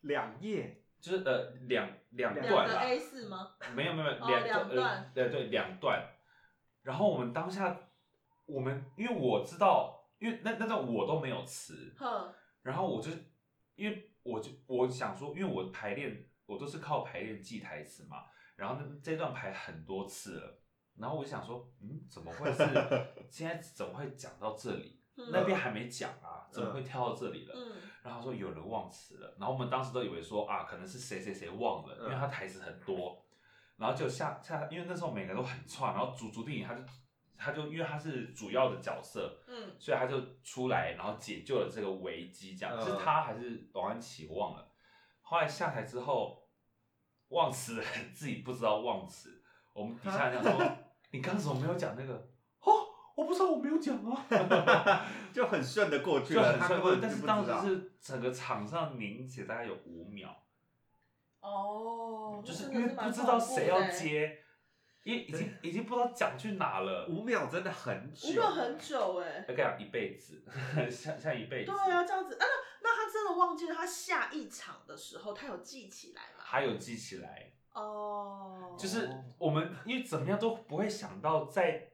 两页，就是呃两两两两段个啦， A 四吗？ 没有没有哦两两个段呃对对两段，然后我们当下我们因为我知道，因为那那段我都没有词，哼，然后我就因为我就我想说，因为我排练我都是靠排练记台词嘛，然后那这段排很多次了，然后我就想说，嗯，怎么 会是现在怎么会讲到这里？嗯那边还没讲啊，怎么嗯会跳到这里了？嗯，然后他说有人忘词了，然后我们当时都以为说啊，可能是谁谁谁忘了，嗯因为他台词很多，然后就下下，因为那时候每个人都很串，然后主主电影他就他就因为他是主要的角色，嗯，所以他就出来，然后解救了这个危机，这样、嗯是他还是王安琪我忘了。后来下台之后，忘词了，自己不知道忘词，我们底下人 讲说你刚怎么没有讲那个？哦，我不知道我没有讲啊。就很顺的过去就了，很他根本顺但就是不当知道时是整个场上凝结大概有五秒，哦，就是那因真为的蛮不知道恐怖谁的要欸。接，因为已经已经不知道讲去哪了。五秒，真的很久，五秒很。久哎、我跟你讲，一辈子， 像像一辈子。对啊，这样子啊，那那他真的忘记了他下一场的时候，他有记起来吗？还有记起来，哦，就是我们因为怎么样都不会想到在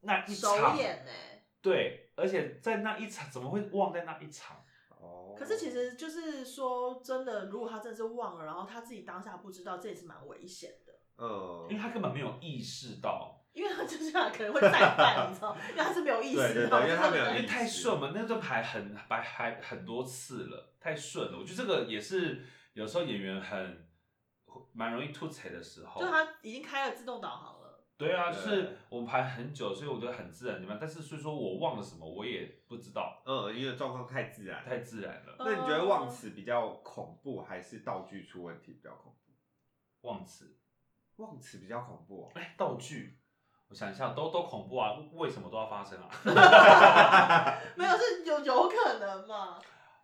那一首场，演呢、对，而且在那一场怎么会忘在那一场？哦可是其实就是说，真的，如果他真的是忘了，然后他自己当下不知道，这也是蛮危险的，嗯因为他根本没有意识到，因为他 就是他可能会再犯，你知道，因为他是没有意识到，对对对因为他没有因意为识太顺嘛，那段牌很排还很多次了，太顺了。我觉得这个也是有时候演员很蛮容易吐槽的时候。就他已经开了自动导航了。对啊，就是对我们排很久，所以我觉得很自然怎么样。但是所以说我忘了什么，我也不知道，嗯，因为状况太自然。太自然了，那你觉嗯得忘词比较恐怖，还是道具出问题比较恐忘词。怖？忘词比较恐怖哦。哎，道具，我想一下，都都恐怖啊，为什么都要发生 啊？没有是有有可能嘛？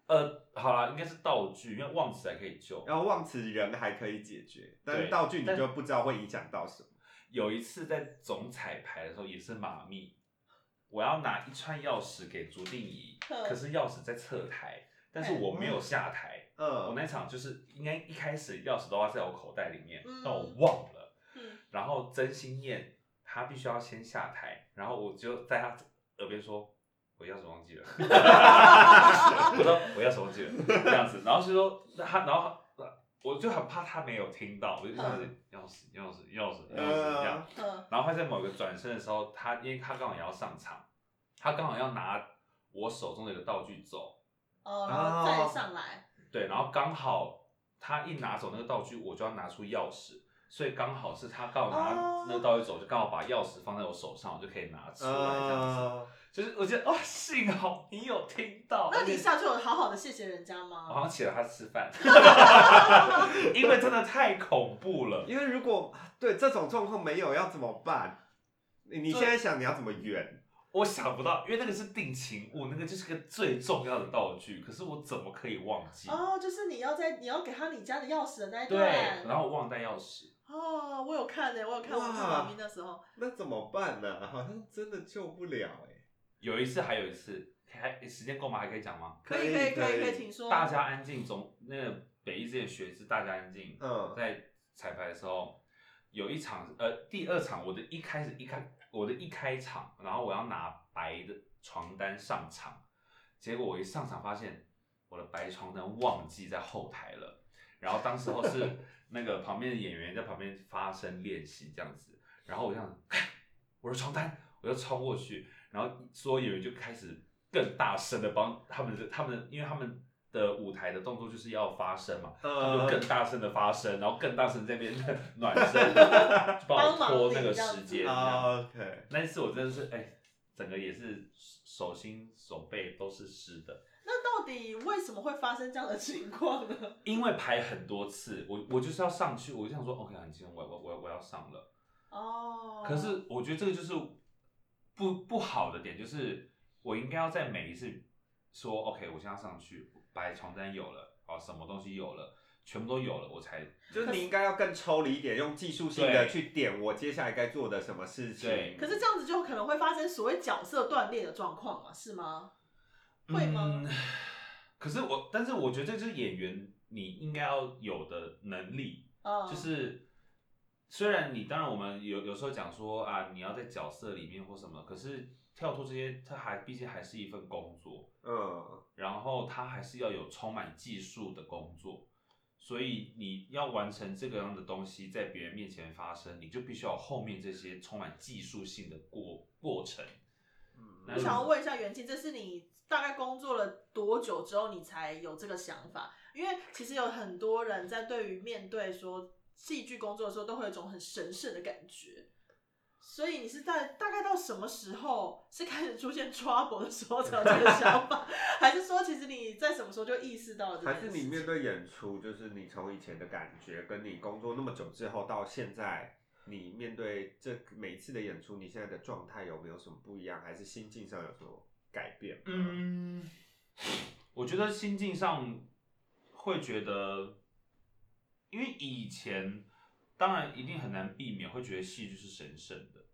呃，好啦，应该是道具，因为忘词还可以救。然后忘词人还可以解决，但对是道具你但就不知道会影响到什么。有一次在总彩排的时候，也是马密，我要拿一串钥匙给朱定仪，嗯可是钥匙在侧台，但是我没有下台，我嗯，那场就是应该一开始钥匙都要在我口袋里面嗯，但我忘了。嗯，然后真心念他必须要先下台，然后我就在他耳边说。我钥匙忘记了， 我说我钥匙忘记了，这样子，然后就说他，然后他我就很怕他没有听到，我就这样子钥匙钥匙钥匙呃钥匙这样，嗯然后他在某个转身的时候，他因为他刚好也要上场，他刚好要拿我手中的一个道具走，哦，然后再上来，对，然后刚好他一拿走那个道具，我就要拿出钥匙，所以刚好是他刚好拿哦那个道具走，就刚好把钥匙放在我手上，我就可以拿出来这样子。嗯，就是我觉得哦，幸好你有听哦到，那你而且下去有好好的谢谢人家我吗？好像请了他吃 饭，因为真的太恐怖了。因为如果对这种状况没有，要怎么办？你你对现在想你要怎么圆？我想不到，因为那个是定情物，那个就是个最重要的道具，可是我怎么可以忘记？哦，就是你要在你要给他你家的钥匙的那一对，段。然后我忘带钥匙，哦，我有看呢、我有看，我看哇妈咪那时候，那怎么办呢、好像真的救不了哎、有一次还有一次，还时间够吗？还可以讲吗？可以可以可以可可以，以请说。大家安静，总那个北一之前学制大家安静，嗯在彩排的时候，有一场呃第二场我的一开始一开我的一开场，然后我要拿白的床单上场，结果我一上场发现我的白床单忘记在后台了，然后当时候是那个旁边的演员在旁边发声练习这样子，然后我这样，我的床单，我就冲过去，然后所有演员就开始更大声的帮他们的他们的，因为他们的舞台的动作就是要发声嘛。他们就嗯更大声的发声，然后更大声在那边暖身，就帮我拖那个时间。这样啊，OK，那一次我真的是哎、整个也是手心手背都是湿的，那到底为什么会发生这样的情况呢？因为排很多次，我我就是要上去，我就想说 OK 很激动，我我我我要上了。哦，可是我觉得这个就是不不好的点，就是我应该要在每一次说 OK，我现在要上去，白床单有了，哦，什么东西有了，全部都有了，我才就是你应该要更抽离一点，用技术性的对去点我接下来该做的什么事情对。可是这样子就可能会发生所谓角色断裂的状况嘛，是吗？会吗？嗯可是我，但是我觉得这就是演员你应该要有的能力，嗯，就是虽然你当然我们有有时候讲说啊，你要在角色里面或什么，可是跳脱这些，它还毕竟还是一份工作，嗯，然后它还是要有充满技术的工作，所以你要完成这个样的东西在别人面前发生，你就必须要有后面这些充满技术性的过过程。那我想嗯要问一下袁静，这是你大概工作了多久之后，你才有这个想法？因为其实有很多人在对于面对说戏剧工作的时候，都会有一种很神圣的感觉。所以你是在大概到什么时候是开始出现 trouble 的时候才有这个想法， 还是说其实你在什么时候就意识到了这件还事是情？你面对演出，就是你从以前的感觉，跟你工作那么久之后到现在，你面对这每一次的演出，你现在的状态有没有什么不一样？还是心境上有什么改变？，嗯，我觉得心境上会觉得，因为以前当然一定很难避免会觉得戏剧是神圣的，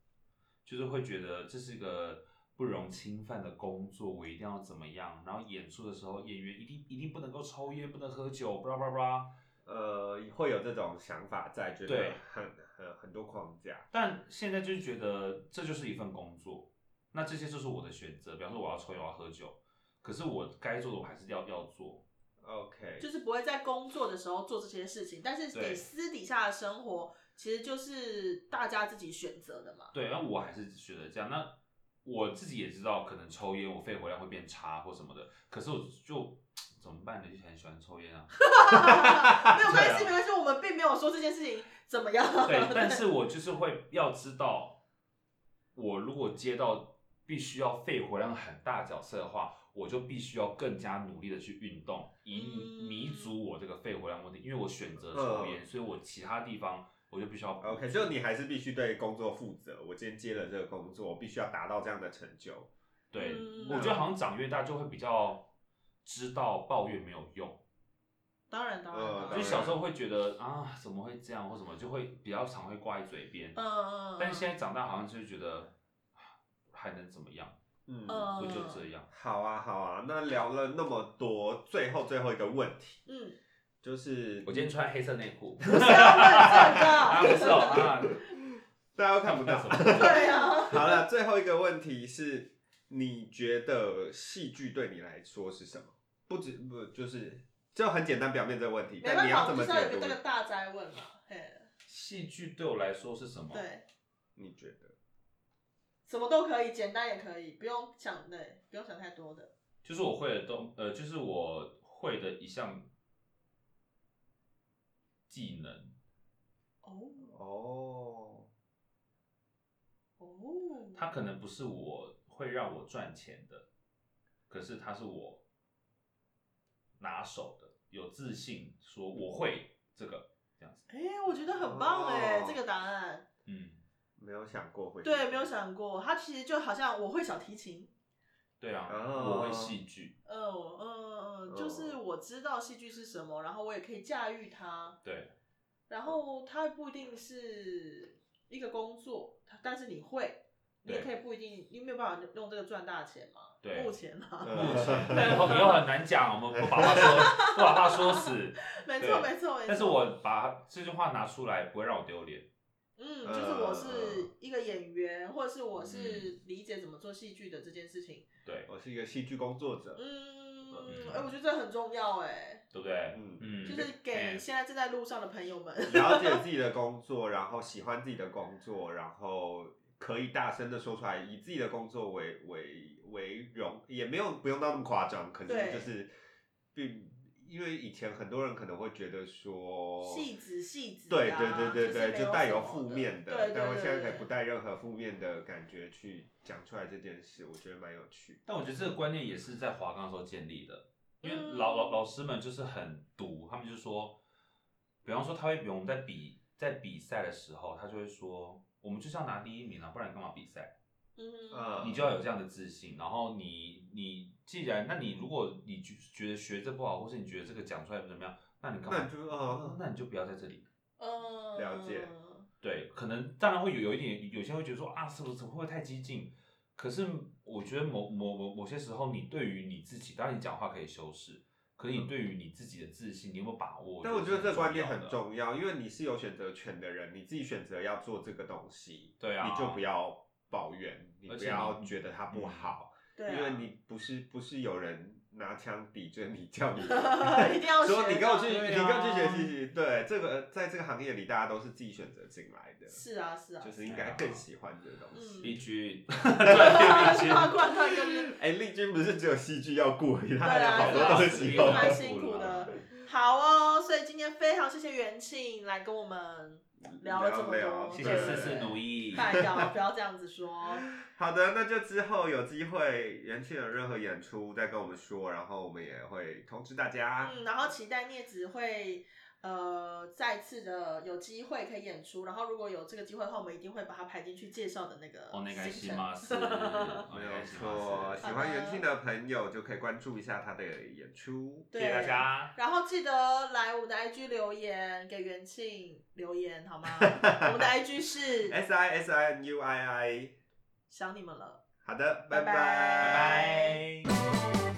就是会觉得这是一个不容侵犯的工作，我一定要怎么样。然后演出的时候，演员一定一定不能够抽烟，不能喝酒，巴拉巴拉巴拉。呃，会有这种想法在，觉得对很很很多框架。但现在就是觉得这就是一份工作，那这些就是我的选择。比方说我要抽烟，我要喝酒，可是我该做的我还是要要做。 OK，就是不会在工作的时候做这些事情，但是你对私底下的生活其实就是大家自己选择的嘛。对，那我还是觉得这样。那我自己也知道，可能抽烟我肺活量会变差或什么的，可是我就怎么办呢？就很喜欢抽 烟啊。没有关系，对啊没关系，我们并没有说这件事情怎么样。 对，但是我就是会要知道，我如果接到必须要肺活量很大的角色的话，我就必须要更加努力的去运动，以嗯弥足我这个肺活量问题。因为我选择抽烟，所以我其他地方我就必须要补 OK，就你还是必须对工作负责。我今天接了这个工作，我必须要达到这样的成就。对，嗯我觉得好像长越大就会比较知道抱怨没有用。当然当然，呃当然就对小时候会觉得啊，怎么会这样或什么，就会比较常会挂在嘴边。嗯嗯嗯，但现在长大好像就是觉得啊还能怎么样？嗯，呃不就这样？好啊，好啊。那聊了那么多，最后最后一个问题嗯，就是，我今天穿黑色内裤，不是要 啊，问不这是个，哦，啊，大家都看不到 看。什么？对啊，好了，最后一个问题是，你觉得戏剧对你来说是什么？不止不就是，就很简单表面这个问题，没 但办法，你要我怎们么就是要有解个这个读？大灾问嘛，嘿，戏剧对我来说是什么？对，你觉得？什么都可以，简单也可以，不用想对，不用想太多的，就是我会的东，呃，就是我会的一项技能，哦哦，哦，它可能不是我会让我赚钱的，可是它是我拿手的，有自信说我会这个这样子。哎、我觉得很棒哎、哦这个答案，嗯，没有想过会对，没有想过，他其实就好像我会小提琴，对啊，哦我会戏剧，嗯嗯嗯，就是我知道戏剧是什么，然后我也可以驾驭它，对 然后它不一定是一个工作，它但是你会，你也可以对不一定，你没有办法用这个赚大钱嘛，对目前啊，嗯目前，但我又很难讲，我们不把话说，不把话说死。没错没对错没错，但是我把这句话拿出来，不会让我丢脸。嗯，呃就是我是一个演员，或者是嗯我是理解怎么做戏剧的这件事情，对， 我是一个戏剧工作者。嗯，嗯哎、我觉得这很重要哎、对不对？嗯嗯，就是给哎现在正在路上的朋友们。了解自己的工作，然后喜欢自己的工作，然后可以大声的说出来，以自己的工作为为为荣，也没有不用到那么夸张，可对是就是并因为以前很多人可能会觉得说戏子戏子啊对对对就是对没对，有就带什有么负的面对对但我对现在对可以不带任何负面的感觉去讲出来这件事，我觉得蛮有趣。但我觉得这个观念也是在华冈的时候建立的，因为老老老师们就是很毒，他们就说，比方说他会比我们在比在比赛的时候，他就会说，我们就是要拿第一名啊，不然你干嘛比赛？嗯，嗯，你就要有这样的自信，然后你你既然那你如果你觉觉得学这不好，或是你觉得这个讲出来不怎么样，那你干那嘛你？就啊，那你就不要在这里。嗯了解对，可能当然会有有一点，有些人会觉得说啊，是不是会不会太激进？可是我觉得某某某某些时候，你对于你自己，当然你讲话可以修饰，可是你对于你自己的自信，你有没有把握？嗯但我觉得这个观念很要的。重要，因为你是有选择权的人，你自己选择要做这个东西，对啊，你就不要抱怨，你而不且你要觉得它不好，对啊，因为你不是不是有人拿枪抵着你叫 你一定要学说啊你跟我的去，对你啊跟我去学习习。对，这个在这个行业里，大家都是自己选择进来的，是啊是啊，就是应该更喜欢这个东西。嗯 必须啊对，必须挂冠到一个边哎，丽君不是只有戏剧要顾，她还对有啊好多对啊东是西啊要蛮顾。辛苦的。好哦，所以今天非常谢谢元庆来跟我们聊了这么聊多，谢对谢四四奴役，拜托不要这样子说。好的，那就之后有机会元庆有任何演出再跟我们说，然后我们也会通知大家。嗯，然后期待聂子会呃再次的有机会可以演出，然后如果有这个机会的话，我们一定会把它排进去介绍的那个お願い行 し程。ます。哦お没願有いし错，ます喜欢元庆的朋友就可以关注一下他的演出。谢对谢大家，然后记得来我们的 IG 留言，给元庆留言好吗？我们的 IG 是 S I S I N U I I，想你们了。好的，拜拜拜拜。